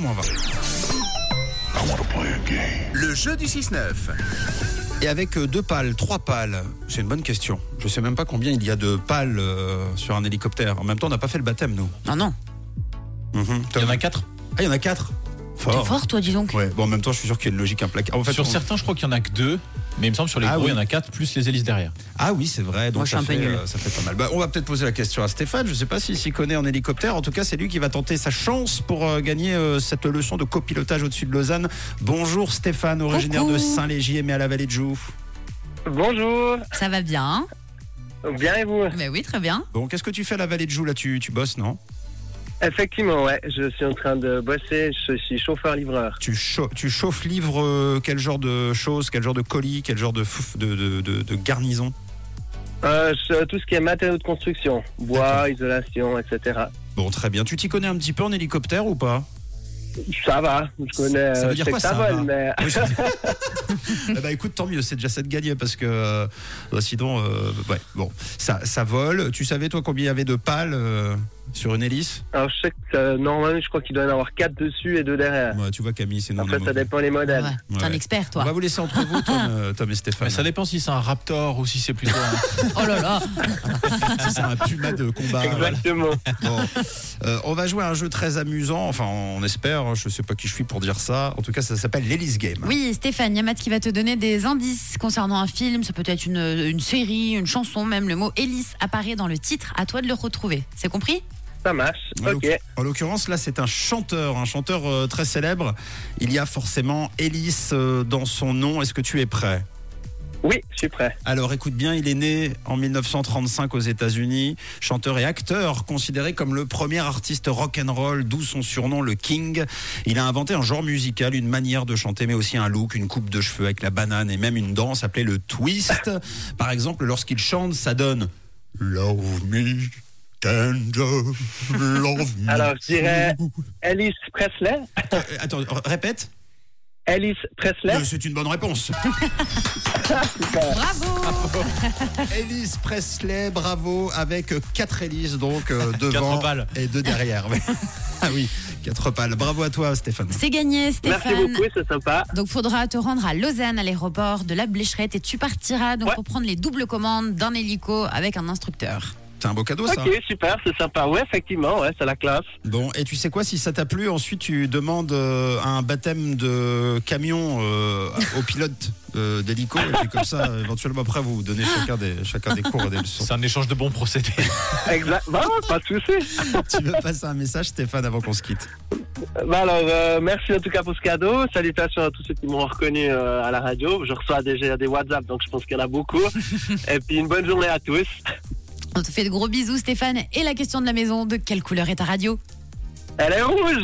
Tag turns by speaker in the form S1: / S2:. S1: s'énerve.
S2: Le jeu du 6-9.
S1: Et avec euh, deux pales, trois pales, c'est une bonne question. Je sais même pas combien il y a de pales euh, sur un hélicoptère. En même temps, on n'a pas fait le baptême, nous.
S3: Non, non.
S1: Mhm.
S4: Il y en a quatre.
S1: Ah, il y en a quatre.
S3: T'es fort, toi, dis donc.
S1: Ouais. Bon, en même temps, je suis sûr qu'il y a une logique implacable. En fait,
S4: sur
S1: on-
S4: certains, je crois qu'il y en a que deux. Mais il me semble sur les
S1: Ah
S4: gros,
S1: oui.
S4: il y en a quatre plus les hélices derrière.
S1: Ah oui, c'est vrai. Donc
S3: Moi, je suis
S1: ça,
S3: un peu
S1: fait,
S3: nulle.
S1: euh, ça fait pas mal. Bah, on va peut-être poser la question à Stéphane. Je sais pas s'il s'y connaît en hélicoptère. En tout cas, c'est lui qui va tenter sa chance pour euh, gagner euh, cette leçon de copilotage au-dessus de Lausanne. Bonjour Stéphane, originaire
S3: Coucou.
S1: de Saint-Légier, mais à la vallée de Joux.
S5: Bonjour,
S3: Ça va bien hein
S5: bien et vous
S3: Ben oui, très bien.
S1: Bon, qu'est-ce que tu fais à la vallée de Joux là tu, tu bosses, non
S5: Effectivement, ouais, je suis en train de bosser, je suis chauffeur-livreur.
S1: tu, chau- tu chauffes livre euh, quel genre de choses, quel genre de colis, quel genre de, fouf- de, de- de- de garnison
S5: Euh, je- tout ce qui est matériaux de construction, bois, isolation, etc.
S1: Bon, très bien. Tu t'y connais un petit peu en hélicoptère ou pas
S5: Ça va, je connais,
S1: Ça veut
S5: euh,
S1: dire
S5: je sais
S1: quoi,
S5: que ça,
S1: ça
S5: vole, mais
S1: Eh ben, écoute, tant mieux, c'est déjà ça de gagner parce que euh, bah, sinon, euh, ouais, bon, ça, ça vole. Tu savais, toi, combien il y avait de pales euh, sur une hélice
S5: alors, je sais que euh, normalement, je crois qu'il doit y en avoir quatre dessus et deux derrière.
S1: Ouais, Tu vois, Camille, c'est non
S5: Après, ça
S1: homologué.
S5: dépend les
S3: Ouais.
S5: modèles.
S3: T'es un
S1: Ouais.
S3: expert,
S1: On va
S3: toi.
S1: vous laisser entre vous, Tom, euh, Tom et Stéphane.
S4: Mais ça dépend si c'est un Raptor ou si c'est plutôt un-
S3: Oh là là.
S1: Si c'est un puma de combat.
S5: Exactement.
S1: Bon. Euh, on va jouer à un jeu très amusant. Enfin, on espère. hein, Je sais pas qui je suis pour dire ça. En tout cas, ça s'appelle l'Hélice Game.
S3: Oui, Stéphane, Yamat qui va te donner des indices concernant un film, ça peut être une, une série, une chanson, même le mot hélice apparaît dans le titre, à toi de le retrouver. C'est compris
S5: Ça marche,
S1: En
S5: ok.
S1: l'oc- En l'occurrence, là, c'est un chanteur, un chanteur euh, très célèbre. Il y a forcément Hélice euh, dans son nom. Est-ce que tu es prêt
S5: Oui, je suis prêt.
S1: Alors écoute bien, il est né en 1935 aux États-Unis, chanteur et acteur, considéré comme le premier artiste rock and roll, d'où son surnom le King. Il a inventé un genre musical, une manière de chanter, mais aussi un look, une coupe de cheveux avec la banane et même une danse appelée le twist. Par exemple, lorsqu'il chante, ça donne Love me tender, love me.
S5: Alors, je dirais- Alice Presley
S1: Euh, Attends, r- répète.
S5: Alice Presley
S1: Euh, C'est une bonne réponse.
S3: Bravo
S1: Elise Presley, bravo, avec quatre hélices donc euh, devant
S4: Quatre balles.
S1: et deux derrière. oui. ah oui, quatre balles. Bravo à toi Stéphane.
S3: C'est gagné,
S5: Merci
S3: Stéphane.
S5: beaucoup, c'est sympa.
S3: Donc, faudra te rendre à Lausanne, à l'aéroport de la Blécherette, et tu partiras donc
S5: Ouais.
S3: pour prendre les doubles commandes d'un hélico avec un instructeur.
S1: C'est un beau cadeau ça.
S5: Ok, super, c'est sympa. Ouais, effectivement, ouais, c'est la classe.
S1: Bon, et tu sais quoi, si ça t'a plu, ensuite tu demandes euh, un baptême de camion euh, au pilote euh, d'hélico, et puis comme ça, éventuellement après vous donnez chacun des, chacun des cours et des leçons.
S4: C'est un échange de bons procédés.
S5: Exactement, pas de souci.
S1: tu veux passer un message Stéphane avant qu'on se quitte
S5: Bah alors, euh, merci en tout cas pour ce cadeau. Salutations à tous ceux qui m'ont reconnu euh, à la radio. Je reçois déjà des WhatsApp, donc je pense qu'il y en a beaucoup. Et puis une bonne journée à tous.
S3: On te fait de gros bisous, Stéphane. Et la question de la maison, de quelle couleur est ta radio
S5: Elle est rouge